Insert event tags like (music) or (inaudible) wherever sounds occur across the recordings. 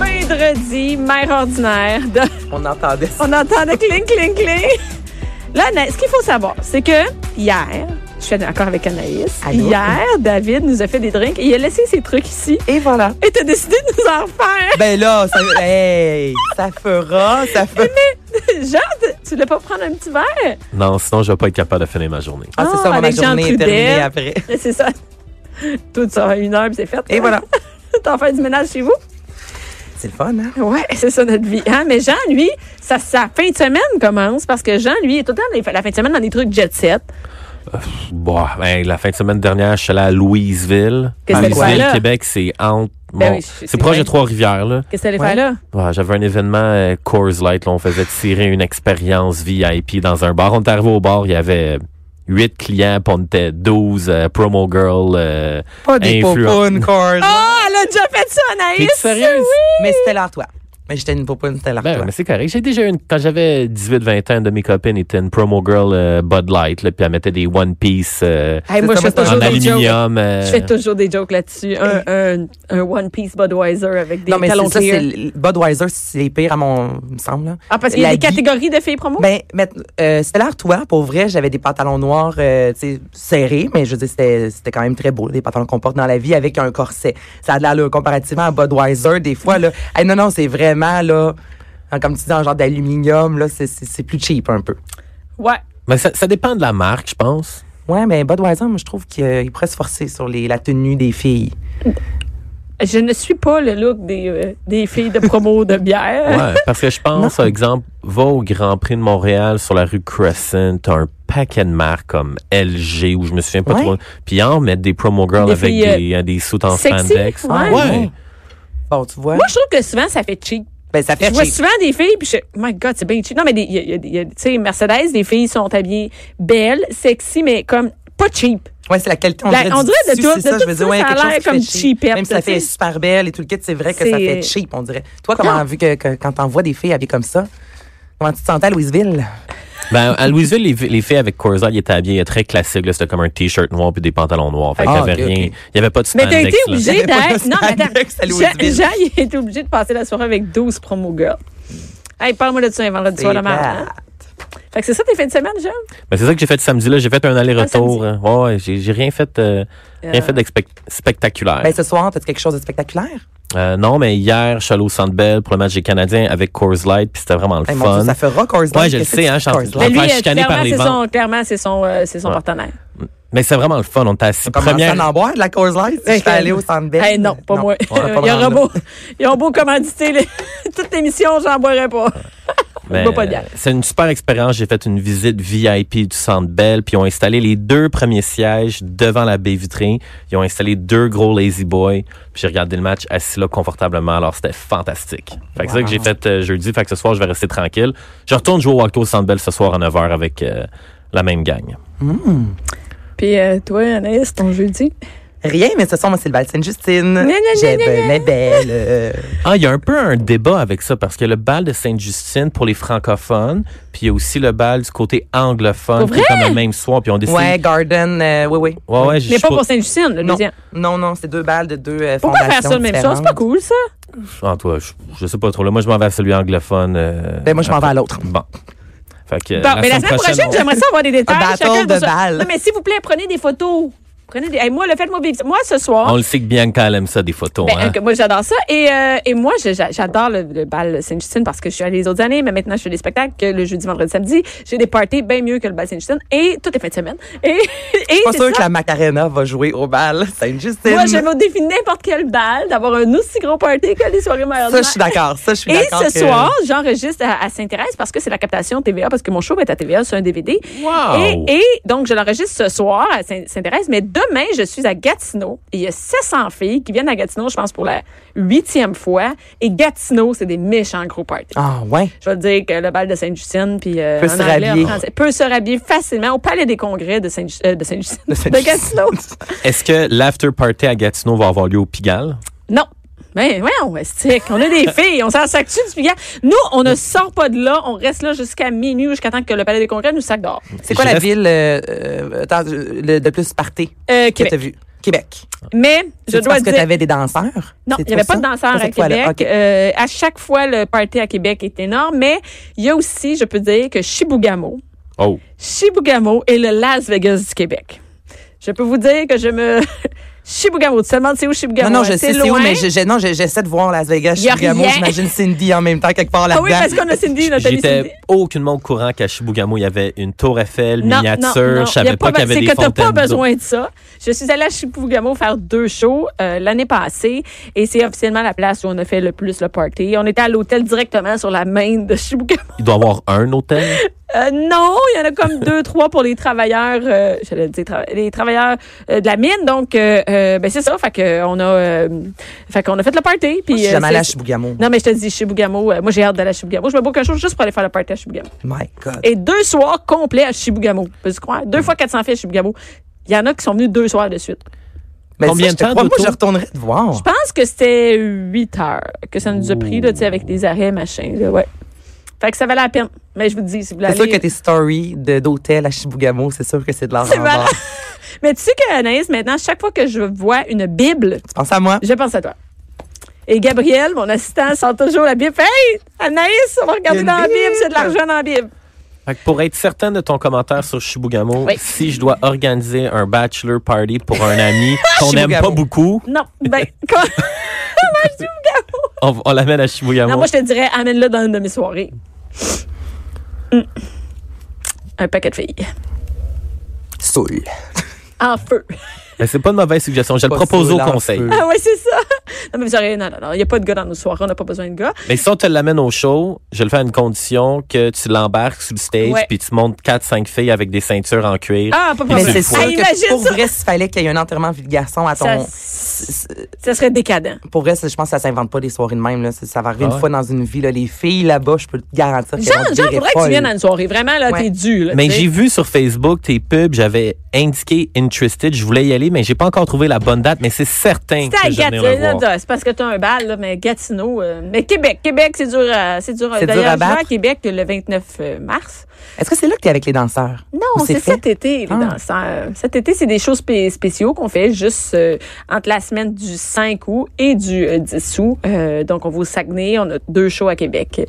Vendredi, mère ordinaire. de- (laughs) On entendait ça. On entendait cling, cling, cling. Là, Ana- ce qu'il faut savoir, c'est que hier, je suis d'accord avec Anaïs. Allô? Hier, David nous a fait des drinks et il a laissé ses trucs ici Et voilà. et t'as décidé de nous en (laughs) refaire. Ben là, ça, hey, ça fera, ça fera. Genre, tu- tu voulais pas prendre un petit verre? Non, sinon, je vais pas être capable de finir ma journée. Ah, c'est Ah, ça, ma avec Jean journée est Trudel. terminée après. Et c'est ça. Tout ça, à une heure, puis c'est fait. hein? Et voilà. (laughs) T'en fais du ménage chez vous? C'est le fun, hein? Ouais, c'est ça notre vie. Hein? Mais Jean, lui, sa, sa fin de semaine commence parce que Jean, lui, est tout le temps dans les- la fin de semaine dans des trucs jet set. Bon, ben, la fin de semaine dernière, je suis allé à Louisville. Qu'est-ce que c'est quoi, Louisville, là? Québec, c'est entre. Ben bon, oui, je- c'est c'est proche vrai. de Trois-Rivières, là. Qu'est-ce que t'allais Ouais. faire là? Ouais, J'avais un événement euh, Coors Light. là. on faisait tirer une expérience VIP dans un bar. On est arrivé au bar, il y avait huit clients, puis on était 12 euh, promo girls. euh, Pas des Influent. popounes, Cord. Ah, elle a déjà fait ça, Anaïs! T'es-tu sérieuse? Mais c'était l'artois. Mais j'étais une popoune, c'était Ben, l'artois. mais c'est correct. J'ai déjà eu une, quand j'avais 18-20 ans, une de mes copines était une promo girl euh, Bud Light, là, puis elle mettait des One Piece euh, Hey, moi, je fais C'est comme toujours en des jokes. aluminium. euh, Je fais toujours des jokes là-dessus. Un, un, un One Piece Budweiser avec des non, mais talons c'est ça, c'est clear. le- Budweiser, c'est les pires à mon, il me semble. là. Ah, parce qu'il y a la des Guy- catégories de filles promo? Ben, mais, euh, c'était l'artois. Pour vrai, j'avais des pantalons noirs, euh, tu sais, serrés, mais je veux dire, c'était, c'était quand même très beau, des pantalons qu'on porte dans la vie avec un corset. Ça a de l'allure comparativement à Budweiser, des fois, (laughs) là. Hey, non, non, c'est vraiment, là, hein, comme tu dis, en genre d'aluminium, là, c'est, c'est, c'est plus cheap un peu. ouais. mais ça, ça dépend de la marque, je pense. Ouais, mais Budweiser, moi, je trouve qu'il euh, il pourrait se forcer sur les, la tenue des filles. Je ne suis pas le look des, euh, des filles de promo de bière. Ouais, parce que je pense, par exemple, va au Grand Prix de Montréal sur la rue Crescent, t'as un paquet de marques comme LG, ou je me souviens pas Ouais. trop. Puis en mettre des promo girls Des avec filles, des, euh, des sous en sexy, spandex. ouais. Ah, ouais. Bon, tu vois? Moi, je trouve que souvent, ça fait cheap. ben, ça Je fait vois cheap. souvent des filles, puis je my God, c'est bien cheap. Non, mais des- il y a- il y a des- il y a- tu sais, Mercedes, les filles sont habillées belles, sexy, mais comme pas cheap. Ouais, c'est la qualité. On La- dirait, on du dirait de tissu, tout- c'est de tout ça, ouais, ça a quelque chose l'air qui fait comme cheap. cheapette, Même si ça tu sais. fait super belle et tout le kit, c'est vrai que ça C'est- fait cheap, on dirait. Toi, comment, Non. vu que, que- quand t'en vois des filles habillées comme ça, comment tu te sentais à Louisville? Ben, à Louisville, les, les filles avec Coors Light, ils étaient habillés très classiques. là. C'était comme un T-shirt noir puis des pantalons noirs. Fait qu'il Ah, y avait ok, ok. rien. Il y avait pas de Mais spandex. t'as été là. obligé J'avais pas d'être. de Non, mais attends. spandex à Jean, Louisville. Jean, il était obligé de passer la soirée avec 12 promo girls. Hey, parle-moi de hein? ça un vendredi soir, C'est le matin. plate. Fait que c'est ça tes fins de semaine, Jean? Mais Ben, c'est ça que j'ai fait samedi là. J'ai fait un aller-retour. Ah, hein. Ouais, ouais, j'ai j'ai rien fait, euh, rien fait d'expect- spectaculaire. Ben, ce soir, t'as quelque chose de spectaculaire? Euh, non, mais hier, je suis allé au Centre Bell pour le match des Canadiens avec Coors Light, puis c'était vraiment le Hey, mon fun. Dieu, ça fera Coors Light. Ouais, je le Qu'est-ce sais, que tu hein, fais, j'en- Coors j'en- Light? lui, faire euh, chicaner par clairement, les c'est ventes. son, clairement, c'est son, euh, c'est son Ouais. partenaire. Mais c'est vraiment le fun. On était assis Commencer première. à en boire de la Coors Light si je suis allée au Centre Bell. Hey, non, pas moi. Ben, on va (laughs) pas Ils, me auront rendre beau, ils ont beau commanditer les- (laughs) toute l'émission, j'en boirais pas. mais, bois pas de bière. euh, c'est une super expérience. J'ai fait une visite VIP du Centre Bell, puis ils ont installé les deux premiers sièges devant la baie vitrée. Ils ont installé deux gros lazy boys. Puis j'ai regardé le match assis là confortablement. Alors c'était fantastique. Fait que c'est ça que j'ai fait euh, jeudi. Fait que ce soir, je vais rester tranquille. Je retourne jouer au hockey au Centre Bell ce soir à 9h avec euh, la même gang. Puis euh, toi, Anaïs, ton jeudi? Rien, mais ce soir, moi, c'est le bal Sainte-Justine. gna, gna, J'ai gna, ben mes belles. euh, Ah, il y a un peu un débat avec ça parce que le bal de Sainte-Justine pour les francophones, puis il y a aussi le bal du côté anglophone Pour qui est comme le même soir, puis on décide. Ouais, Garden, euh, oui, oui. ouais, ouais, je- Mais je pas suis pour Sainte-Justine, le Non, deuxième. non, non, c'est deux balles de deux euh, Pourquoi faire fondations ça le même soir? C'est différentes. pas cool, ça? Ah, toi, je, je sais pas trop. Là, moi, je m'en vais à celui anglophone. euh, Ben, moi, je m'en vais à l'autre. Bon. Fait que, euh, Bon, mais la semaine prochaine, on- j'aimerais ça avoir des détails. battle chacun de sur- balles. Non, mais s'il vous plaît, prenez des photos. Prenez des. Hey, moi, le faites-moi vivre. Moi, ce soir. on le sait que Bianca, elle aime ça, des photos. ben, hein. euh, que moi, j'adore ça. Et, euh, et moi, je- j'a- j'adore le, le bal Sainte-Justine parce que je suis allée les autres années, mais maintenant, je fais des spectacles que le jeudi, vendredi, samedi. J'ai des parties bien mieux que le bal Sainte-Justine et toutes les fins de semaine. Et, (laughs) et Pas c'est sûr ça. que la Macarena va jouer au bal Sainte-Justine. Moi, je me défie n'importe quel bal d'avoir un aussi gros party que les soirées meilleures Ça, je suis d'accord. Ça, je suis Et d'accord. ce que- soir, j'enregistre à, à Sainte-Thérèse parce que c'est la captation TVA, parce que mon show va être à TVA, c'est un DVD. Wow! Et, et donc, je l'enregistre ce soir à Saint- Sainte-Thérèse, mais demain, je suis à Gatineau et il y a 700 filles qui viennent à Gatineau, je pense, pour la huitième fois. Et Gatineau, c'est des méchants gros parties. Ah, ouais. Je vais te dire que le bal de Sainte-Justine, puis euh, Peut en se anglais, en rhabiller. français, peut se rhabiller facilement au palais des congrès de Sainte- euh, de Sainte-Justine, De de, Sainte-Justine. Gatineau. Est-ce que l'after party à Gatineau va avoir lieu au Pigalle? Non. Mais voyons, stick. On est (laughs) des filles, on s'en sac du gars. Nous, on ne sort pas de là, on reste là jusqu'à minuit, jusqu'à temps que le palais des congrès nous sac dehors. C'est quoi Je la reste- ville euh, euh, attends, euh, le- de plus partée Euh, que tu as Québec. vue? Québec. Mais je C'est-tu dois parce dire que tu avais des danseurs? Non, C'est il n'y avait pas pour de ça? danseurs Pour à cette fois-là. Québec. OK. Euh, à chaque fois, le party à Québec est énorme, mais il y a aussi, je peux dire, que Shibugamo, Oh. Shibugamo est le Las Vegas du Québec. Je peux vous dire que je me... (laughs) Shibugamo, tu te demandes c'est où Shibugamo? Non, non, hein? je sais c'est où, loin. mais je- je- non, je- j'essaie de voir Las Vegas, Y a Chicago. rien. J'imagine Cindy en même temps quelque part Ah là-dedans. oui, parce qu'on a Cindy, notre amie Cindy. J'étais aucunement au courant qu'à Chibougamau, il y avait une tour Eiffel Non, miniature. non, non. Je Y a savais pas, qu'il y avait des C'est que t'as pas fontaines d'eau. besoin de ça. Je suis allée à Chibougamau faire deux shows euh, l'année passée et c'est officiellement la place où on a fait le plus le party. On était à l'hôtel directement sur la main de Chibougamau. Il doit y avoir un hôtel. (laughs) Euh, non, il y en a comme deux, (laughs) trois pour les travailleurs, euh, j'allais dire, tra- les travailleurs euh, de la mine. Donc, euh, euh, ben c'est ça. Fait que euh, on a, euh, fait qu'on a fait le party. Puis Je suis euh, jamais allée à c'est- Chibougamau. Non, mais je te dis, Chibougamau, euh, moi j'ai hâte d'aller à Chibougamau. Je me boucle un jour juste pour aller faire le party à Chibougamau. My God. Et deux soirs complets à Chibougamau. Peux-tu croire? Deux fois 400 filles à Chibougamau. Il y en a qui sont venus deux soirs de suite. Mais Combien ça, je de te temps crois, moi, d'auto? je retournerais te voir. Je pense que c'était huit heures que ça nous a pris, là, tu sais, avec des arrêts, machin, là, ouais. Fait que ça valait la peine. Mais je vous dis, si vous C'est l'avez. sûr que tes stories de- d'hôtel à Chibougamau, c'est sûr que c'est de l'art C'est en malade. barre. Mais tu sais que, Anaïs, maintenant, chaque fois que je vois une Bible, Tu penses à moi? je pense à toi. Et Gabriel, mon assistant, sort toujours la Bible. Hey, Anaïs, on va regarder Il y dans a une la Bible, Bible. c'est de l'argent dans la Bible. Fait que pour être certain de ton commentaire sur Chibougamau, Oui. si je dois organiser un bachelor party pour (laughs) un ami qu'on n'aime pas Chibougamau. beaucoup, Non, (laughs) ben, quoi? Ah on, on l'amène à Chibougamau. Non, moi, je te dirais, amène-le dans une de mes soirées. Mm. Un paquet de filles. Soul. Ah, En feu. (laughs) Mais c'est pas une mauvaise suggestion. Je le Pas propose au saoul en conseil. feu. Ah ouais, c'est ça. Non, mais vous aurez, non, non, non, il n'y a pas de gars dans nos soirées, on n'a pas besoin de gars. Mais si on te l'amène au show, je le fais à une condition que tu l'embarques sur le stage Ouais. puis tu montes 4-5 filles avec des ceintures en cuir. Ah, pas de Mais problème. c'est sûr Ah, que imagine pour ça. vrai, s'il fallait qu'il y ait un enterrement vie de garçon à Ça, ton... ça serait décadent. Pour vrai, c'est- je pense que ça s'invente pas des soirées de même. Là. Ça, ça va arriver Ah une ouais. fois dans une vie. Là. Les filles là-bas, je peux te garantir qu'elles Jean, vont Jean, virer faudrait que tu folles. viennes à une soirée. Vraiment, là, Ouais. t'es dû. là, Mais tu sais. j'ai vu sur Facebook tes pubs, j'avais indiqué interested, je voulais y aller, mais j'ai pas encore trouvé la bonne date, mais c'est certain C'était à que je vais venir le Gatineau. voir. C'est parce que t'as un bal, là, mais Gatineau. euh, mais Québec, Québec, c'est dur à. C'est dur, à- C'est dur D'ailleurs, à je vais à battre. Québec le 29 euh, mars. Est-ce que c'est là que tu es avec les danseurs? Non, Ou c'est fait? cet été, les Ah. danseurs. Cet été, c'est des choses spé- spéciaux qu'on fait juste euh, entre la semaine du 5 août et du euh, 10 août. Euh, donc, on va au Saguenay. On a deux shows à Québec.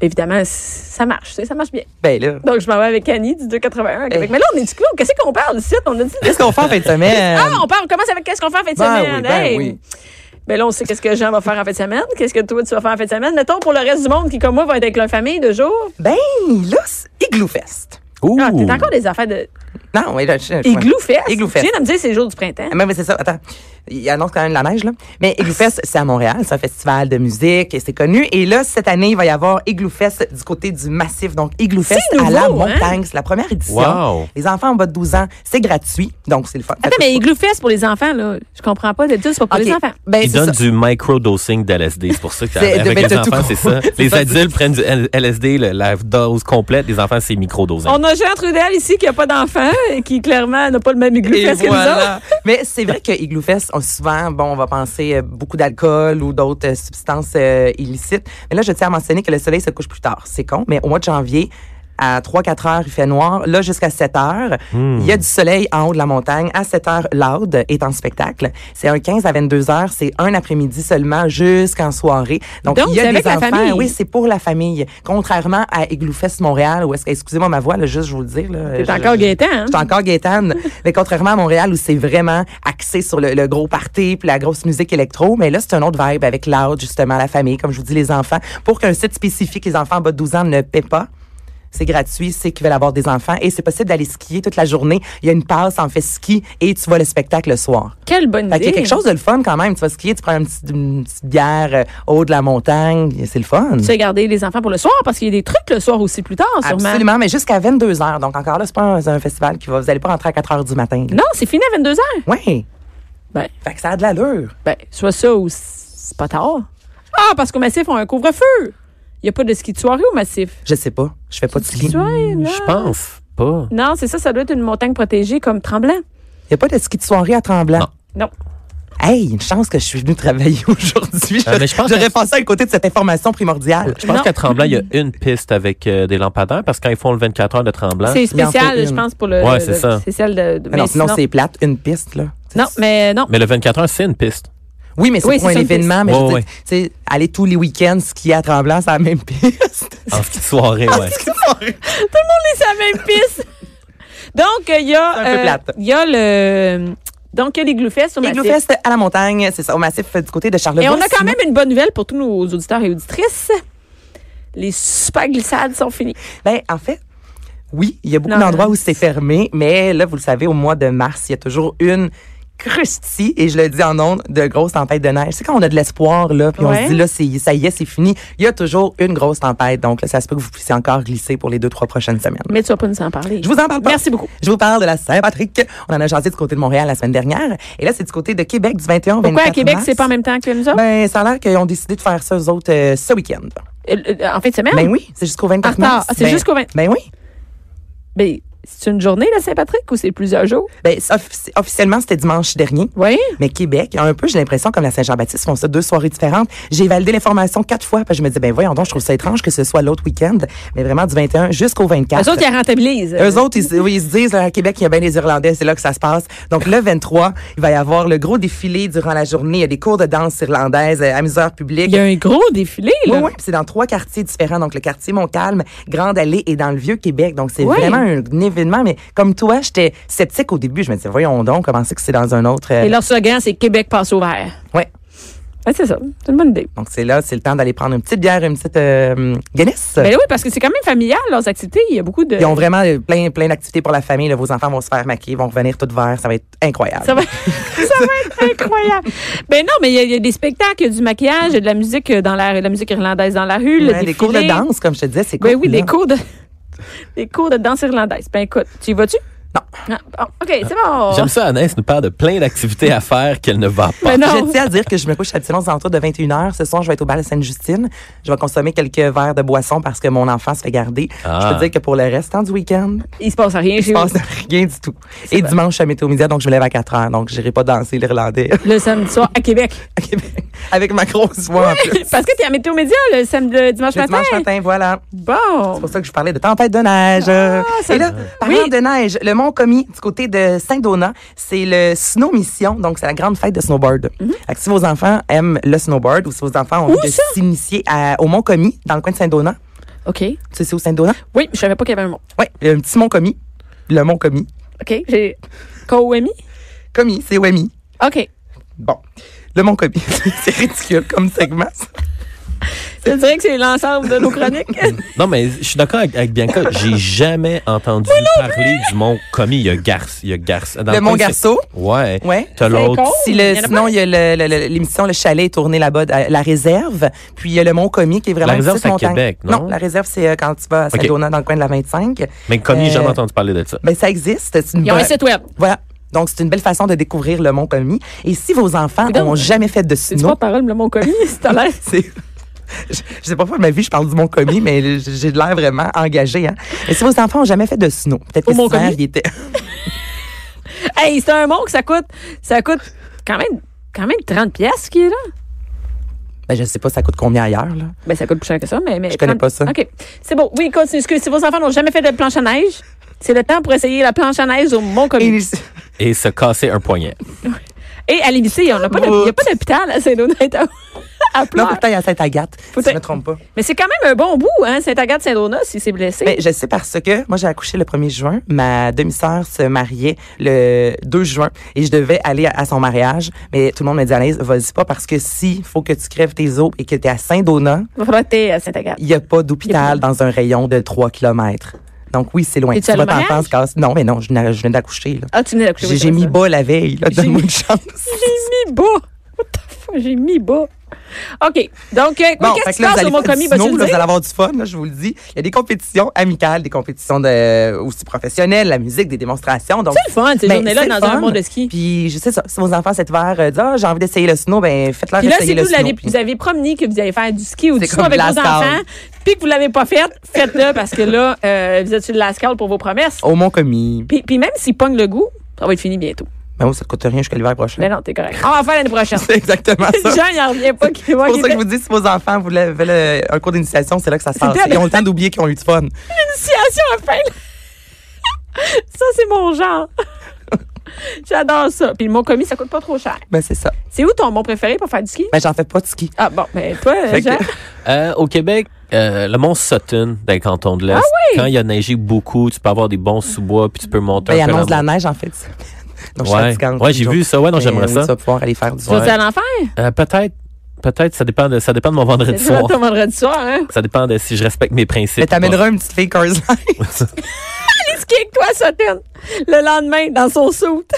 Évidemment, c- ça marche, tu sais, ça marche bien. Ben là. Donc, je m'en vais avec Annie du 281 à Eh. Québec. Mais là, on est du clown. Qu'est-ce qu'on parle ici? On a dit Qu'est-ce qu'on fait en fin de semaine? Ah, on, parle, on commence avec qu'est-ce qu'on fait en fin de Ben semaine. oui, ben Hey! oui. Ben là, on sait qu'est-ce que Jean va faire en fin de semaine. Qu'est-ce que toi, tu vas faire en fin de semaine. Mettons pour le reste du monde qui, comme moi, va être avec leur famille deux jours. Ben là, c'est Igloo Fest. Ouh. Ah, t'es encore des affaires de Non, oui, là, je, je- Igloo Fest. Igloo Fest. Tu viens de me dire c'est le jour du printemps. Ah, Mais, mais c'est ça, attends. Il annonce quand même la neige, là. Mais Igloo Fest, c'est à Montréal. C'est un festival de musique. et C'est connu. Et là, cette année, il va y avoir Igloo Fest du côté du massif. Donc, Igloo Fest nouveau, à la hein? montagne. C'est la première édition. Wow. Les enfants en bas de 12 ans, c'est gratuit. Donc, c'est le fun. Attends, mais Igloo Fest pour les enfants, là, je comprends pas. D'habitude, c'est pas pour OK. les enfants. Ben, Ils c'est donnent ça. du microdosing d'LSD. C'est pour ça C'est- de- qu'avec ben, les de tout enfants, c'est court. (laughs) ça. C'est Les ça, adultes prennent du L- LSD, le- la dose complète. Les enfants, c'est microdosing. Ben. On a Jean Trudel ici qui a pas d'enfant et qui, clairement, n'a pas le même Igloo Et Fest que nous autres. voilà. Mais c'est vrai que Igloo Fest, on, souvent, bon, on va penser euh, beaucoup d'alcool ou d'autres euh, substances euh, illicites. Mais là, je tiens à mentionner que le soleil se couche plus tard. C'est con, mais au mois de janvier, à 3-4 heures, il fait noir. Là, jusqu'à 7 heures, il y a du soleil en haut de la montagne. À 7 heures, Loud est en spectacle. C'est un 15 à 22 heures. C'est un après-midi seulement jusqu'en soirée. Donc, Donc, il y a c'est des avec la enfants. famille. Oui, c'est pour la famille. Contrairement à Igloo Fest Montréal, où est-ce que, excusez-moi ma voix, là, juste, je vous le dire. là, T'es je- encore je- Gaétan, hein? je suis encore Gaétane. mais contrairement à Montréal où c'est vraiment axé sur le, le gros party puis la grosse musique électro, mais là, c'est un autre vibe avec loud, justement, la famille, comme je vous dis, les enfants. Pour qu'un site spécifique, les enfants en bas de 12 ans ne paient pas, c'est gratuit, c'est qu'ils veulent avoir des enfants et c'est possible d'aller skier toute la journée. Il y a une passe, en fait ski et tu vois le spectacle le soir. Quelle bonne idée. Fait qu'il y a quelque chose de le fun quand même. Tu vas skier, tu prends une petite, une petite bière euh, au haut de la montagne, c'est le fun. Tu as gardé les enfants pour le soir parce qu'il y a des trucs le soir aussi plus tard, sûrement. Absolument, mais jusqu'à 22 heures. Donc encore là, c'est pas un, un festival qui va. Vous allez pas rentrer à 4 heures du matin. Non, c'est fini à 22 heures. Oui. Ben, Fait que ça a de l'allure. ben, soit ça ou c'est pas tard. Ah, parce qu'au massif, on a un couvre-feu. Il n'y a pas de ski de soirée au massif. Je sais pas. Je fais pas de ski. Tu vois, là? Je pense pas. Non, c'est ça, ça doit être une montagne protégée comme Tremblant. Il y a pas de ski de soirée à Tremblant. Non. Non. Hey, une chance que je suis venue travailler (laughs) aujourd'hui. Euh, mais je pense J'aurais que- passé à côté de cette information primordiale. Je pense Non. qu'à Tremblant, il y a une piste avec euh, des lampadaires parce que quand ils font le 24 heures de Tremblant, C'est Il en faut spécial, une. je pense, pour le. Ouais, le- c'est ça. C'est celle de. de- Mais non, mais sinon, Ah sinon- c'est plate, une piste, là. Non, mais non. mais le 24 heures, c'est une piste. Oui, mais c'est Oui, c'est pour un ça, une événement, mais piste. je veux Ouais, dire, tu sais, aller tous les week-ends skier à Tremblant, c'est la même piste. (laughs) En ski de soirée, ouais. Ah, (laughs) C'est la même piste. Donc, euh, il y a. C'est un peu plate. Il y a le. Donc, il y a les Gloufestes au Les massif. Gloufest à la montagne, c'est ça, au massif euh, du côté de Charlevoix. Et on a quand Sinon- même une bonne nouvelle pour tous nos auditeurs et auditrices. Les super glissades sont finies. Ben, en fait, oui, il y a beaucoup Non, d'endroits non. où c'est fermé, mais là, vous le savez, au mois de mars, il y a toujours une crustie, et je le dis en ondes, de grosse tempête de neige. C'est quand on a de l'espoir, là, puis on Ouais. se dit, là, c'est- ça y est, c'est fini. Il y a toujours une grosse tempête, donc là, ça se peut que vous puissiez encore glisser pour les deux, trois prochaines semaines. Mais tu vas pas nous en parler. Je vous en parle pas. Merci beaucoup. Je vous parle de la Saint-Patrick. On en a jasé du côté de Montréal la semaine dernière. Et là, c'est du côté de Québec du 21 au 24 Pourquoi à Québec, mars. c'est pas en même temps que nous autres? Ben, ça a l'air qu'ils ont décidé de faire ça, eux autres, euh, ce week-end. Euh, euh, en fin de semaine? Ben oui, c'est jusqu'au 24 En retard. mars. Ah, c'est Ben- jusqu'au 20. Ben oui. Ben, c'est une journée, la Saint-Patrick, ou c'est plusieurs jours? Ben, c'est offici- officiellement, c'était dimanche dernier. Oui. Mais Québec, un peu, j'ai l'impression, comme la Saint-Jean-Baptiste, font ça deux soirées différentes. J'ai validé l'information quatre fois, parce que je me dis, ben voyons donc, je trouve ça étrange que ce soit l'autre week-end, mais vraiment du 21 jusqu'au 24. Eux autres, ils la rentabilisent. Eux autres, ils, oui, ils se disent, à Québec, il y a bien des Irlandais, c'est là que ça se passe. Donc, le 23, il va y avoir le gros défilé durant la journée. Il y a des cours de danse irlandaise, euh, amuseurs publics. Il y a un gros défilé, Oui, là. oui, puis c'est dans trois quartiers différents. Donc, le quartier Montcalm, Grande Allée et dans le Vieux-Québec. Donc, c'est Ouais. vraiment un, événement. Mais comme toi, j'étais sceptique au début. Je me disais, voyons donc, comment c'est que c'est dans un autre... euh, Et leur slogan, c'est Québec passe au vert. Ouais. Ben, c'est ça. C'est une bonne idée. Donc, c'est là, c'est le temps d'aller prendre une petite bière, une petite euh, Guinness. Ben oui, parce que c'est quand même familial, leurs activités. Il y a beaucoup de. Ils ont vraiment euh, plein, plein d'activités pour la famille. là. Vos enfants vont se faire maquiller, vont revenir tout verts. Ça va être incroyable. Ça va, (laughs) ça va être incroyable. Ben non, mais il y a- il y, a des spectacles, il y a du maquillage, il y a de la musique dans la, de la musique irlandaise dans la rue, le Ouais, des cours de défilé. danse, comme je te disais, c'est cool. Ben oui, des là. cours de des cours de danse irlandaise. Ben écoute, tu y vas-tu Non. Ah, bon, ok, c'est bon. J'aime ça, Anaïs nous parle de plein d'activités à faire qu'elle ne va pas. Ben non. Je tiens à dire que je me couche habituellement aux alentours de 21h. Ce soir, je vais être au bal Sainte-Justine. Je vais consommer quelques verres de boisson parce que mon enfant se fait garder. Ah. Je peux dire que pour le restant du week-end, Il se passe rien il se chez vous. passe (laughs) rien du tout. Et dimanche, je suis à Météo Média, donc je me lève à 4h. Donc, j'irai pas danser l'Irlandais (laughs) Le samedi soir à Québec. à Québec avec ma grosse voix en plus. Parce que t'es à Météo Média le samedi le dimanche Le matin. dimanche matin, voilà. Bon. C'est pour ça que je parlais de tempête de neige. Ah, ça- Et là, parlant Oui. de neige, le mont Commis du côté de Saint-Donat, c'est le Snow Mission, donc c'est la grande fête de snowboard. Fait que si vos enfants aiment le snowboard ou si vos enfants ont envie de Mhm. ça? s'initier à- au mont Commis dans le coin de Saint-Donat, OK. tu sais c'est où Saint-Donat? Oui, je savais pas qu'il y avait un mot. Oui, un petit mont Commis. Le mont Commis. OK, j'ai Koemi. Commis, c'est Wemi. OK. Bon, le mont Commis. (laughs) c'est ridicule comme segment. ça. Je dirais que c'est l'ensemble de nos chroniques. (laughs) Non, mais je suis d'accord avec, avec Bianca. J'ai jamais entendu parler du mont Commis. Il y a Garce. Il y a Garce. Dans Le mont coin, Garceau. c'est- Ouais. Ouais. T'as l'autre. con. Si Oh, Il y en le, a pas? sinon, il y a le- le- le- l'émission Le Chalet est tourné là-bas, à la réserve. Puis il y a le Mont Commis qui est vraiment La Réserve, une petite c'est à montagne. Québec, non? la réserve, c'est euh, quand tu vas à OK. Saint-Donat, dans le coin de la 25. Mais Commis, Euh, jamais entendu parler de ça. Ben, ça existe. C'est une Ils ont un bonne- site web. Voilà. Donc, c'est une belle façon de découvrir le Mont Commis. Et si vos enfants Coudonc. n'ont jamais fait de euh, C'est du snow, porte-parole, le mon commis, si t'as l'air. (laughs) c'est... Je, je sais pas pourquoi de ma vie, je parle du Mont Commis, mais j'ai de l'air vraiment engagée. Hein. Et si vos enfants ont jamais fait de snow, peut-être Au que Mont cet hiver, Commis? ils étaient... (laughs) Hey, c'est un mot que ça coûte. Ça coûte quand même, quand même 30 pièces qui est là. Ben, je sais pas ça coûte combien ailleurs. Là. Ben, ça coûte plus cher que ça, mais. mais Je connais 30 pas ça. OK. C'est bon. Oui, continue. Excuse, si vos enfants n'ont jamais fait de planche à neige, c'est le temps pour essayer la planche à neige au Mont-Commis. Et- Et se casser un poignet. Et à l'IBC, on n'a pas de- il n'y a pas d'hôpital à Saint-Donat. hein. (laughs) à Non, Pleurs. pourtant, il y a Sainte-Agathe, si Peut-être. je me trompe pas. Mais c'est quand même un bon bout, hein, Saint-Agathe-Saint-Donat, s'il s'est blessé. Mais je sais parce que moi, j'ai accouché le 1er juin. Ma demi-sœur se mariait le 2 juin et je devais aller à, à son mariage. Mais tout le monde me dit, Anaïs, vas-y pas parce que si faut que tu crèves tes os et que tu es à Saint-Donat, Il va falloir que t'aies à Saint-Agathe. il n'y a pas d'hôpital Il dans un rayon de 3 km. Donc oui, c'est loin. Es-tu allée vas au mariage? t'entendre, Cass. Non, mais non, je venais je venais d'accoucher. là. Ah, tu venais d'accoucher. J'ai oui, j'ai c'est mis ça. bas la veille. là. J'ai Donne-moi mis- une chance. (laughs) J'ai mis bas. What the fuck? J'ai mis bas. OK. Donc, euh, fait qu'est-ce que qui là, se vous passe allez au mont faire commis? du Vas-tu snow, là, le vous dire? allez avoir du fun, là, je vous le dis. Il y a des compétitions amicales, des compétitions de, aussi professionnelles, la musique, des démonstrations. Donc, C'est le fun, ces Ben, journées-là, c'est le dans un fun. monde de ski. Puis, je sais ça, si vos enfants cet hiver euh, disent Ah, j'ai envie d'essayer le snow, ben faites-leur Puis là, si essayer le vous snow. avez, vous avez promis que vous allez faire du ski ou du C'est snow comme avec vos Lascaux. enfants, puis que vous l'avez pas fait, faites-le parce que là, euh, vous êtes sur le lascal pour vos promesses. Au mont commis. Puis, puis même s'ils pognent le goût, ça va être fini bientôt. Ben, oui, ça ne coûte rien jusqu'à l'hiver prochain. Mais non, t'es correct. On va faire l'année prochaine. (laughs) C'est exactement ça. (laughs) Jean, il n'en revient pas. qu'il- C'est pour qu'il ça que je fait vous dis, si vos enfants voulaient veulent, euh, un cours d'initiation, c'est là que ça se passe. bien. Ils ont le temps d'oublier qu'ils ont eu du fun. Initiation à fin. ça, c'est mon (laughs) genre. J'adore ça. Puis le mont commis, ça coûte pas trop cher. Ben, c'est ça. C'est où ton mont préféré pour faire du ski? Ben, j'en fais pas de ski. Ah bon, ben toi, Fait que- Jean, Euh, au Québec, euh, le mont Sutton, dans le canton Ah de l'Est, quand il a neigé beaucoup, tu peux avoir des bons sous-bois, puis tu peux monter Ben, il un peu annonce de la la neige, en fait. (laughs) Donc, je suis Ouais, fatigante, ouais j'ai toujours. vu ça. Ouais, non, Mais, j'aimerais Eh oui, ça. Tu vas pouvoir aller faire du tu vas-tu à l'enfer? Euh, peut-être, peut-être, ça dépend de, ça dépend de mon (laughs) vendredi C'est ça, soir. ton vendredi soir, hein? Ça dépend de si je respecte mes principes. Mais ou pas. (laughs) t'amèneras une petite fille Cars Line. Qu'est-ce qui est que toi, Sutton? Le lendemain, dans son soute.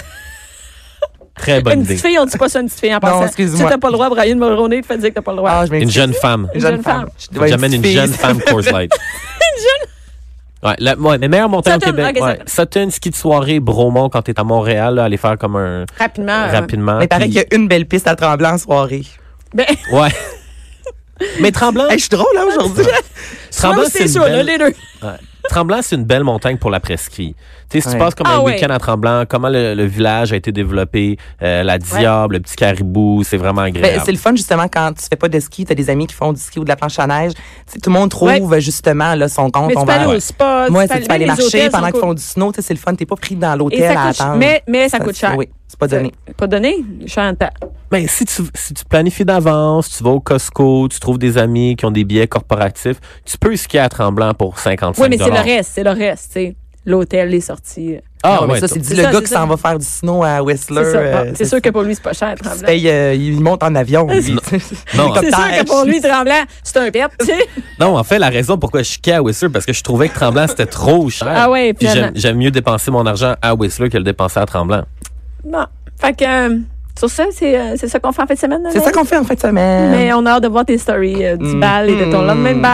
Très bonne Une idée. petite fille, on dit pas ça une petite fille en passant. excuse-moi. Tu t'as pas le droit, Brian Mulroney, de faire dire que t'as pas le droit. Ah, je Une m'excuse. jeune femme. Une jeune jeune femme. femme. Je dois J'amène une petite jeune fille. femme (laughs) Coors Light. hein, une jeune. Ouais, la, ouais, mais meilleure montagne Sutton, au Québec. ok, ouais. Sutton, ski de soirée, Bromont, quand t'es à Montréal, là, aller faire comme un. Rapidement. euh, rapidement. Ah, Mais il paraît puis- qu'il y a une belle piste à Tremblant en soirée. Ben, (laughs) Ouais. mais Tremblant, Hey, je suis drôle, là, Ah, aujourd'hui. Tremblant, soit c'est c'est une ça, là, belle- les deux. Ouais. Tremblant, c'est une belle montagne pour la presqu'île. Tu sais, si tu Ouais. passes comme Ah un ouais. week-end à Tremblant, comment le, le village a été développé, euh, la Diable, le petit caribou, c'est vraiment Ben, agréable. c'est le fun justement quand tu fais pas de ski, t'as des amis qui font du ski ou de la planche à neige. Tu sais, tout le monde trouve Ouais. justement là son compte. Mais on tu peux va- aller au Ouais. spa, Moi, tu peux c'est tu peux aller les marcher hôtels sont pendant qu'ils cool. font du snow, tu sais, c'est le fun. T'es pas pris dans Et l'hôtel ça à coûte cher. attendre. Mais, mais ça coûte cher. Euh, Oui, c'est pas donné. Pas donné? Cher en temps. Ben, si tu, si tu planifies d'avance, tu vas au Costco, tu trouves des amis qui ont des billets corporatifs, tu peux skier à Tremblant pour 55 Oui, mais c'est le reste, c'est le reste, tu sais. L'hôtel, les sorties. Ah, Non, mais ouais, ça, c'est c'est dit le ça, gars c'est qui ça. s'en va faire du snow à Whistler. C'est ça. euh, Bon, C'est sûr que pour lui, c'est pas cher, Il se Tremblant. paye, euh, il monte en avion. lui, Non. tu sais. Non, C'est sûr que pour lui, Tremblant, c'est un pet, tu sais. Non, en fait, la raison pourquoi je skiais à Whistler, parce que je trouvais que Tremblant, c'était trop cher. Ah ouais, Puis finalement. j'aime- j'aime mieux dépenser mon argent à Whistler que le dépenser à Tremblant. Bon. Fait que, euh, sur ça, c'est euh, c'est ça qu'on fait en fin de semaine. C'est ça qu'on fait en fin de semaine. Mais on a hâte de voir tes stories euh, du Mm. bal et de ton lendemain de bal.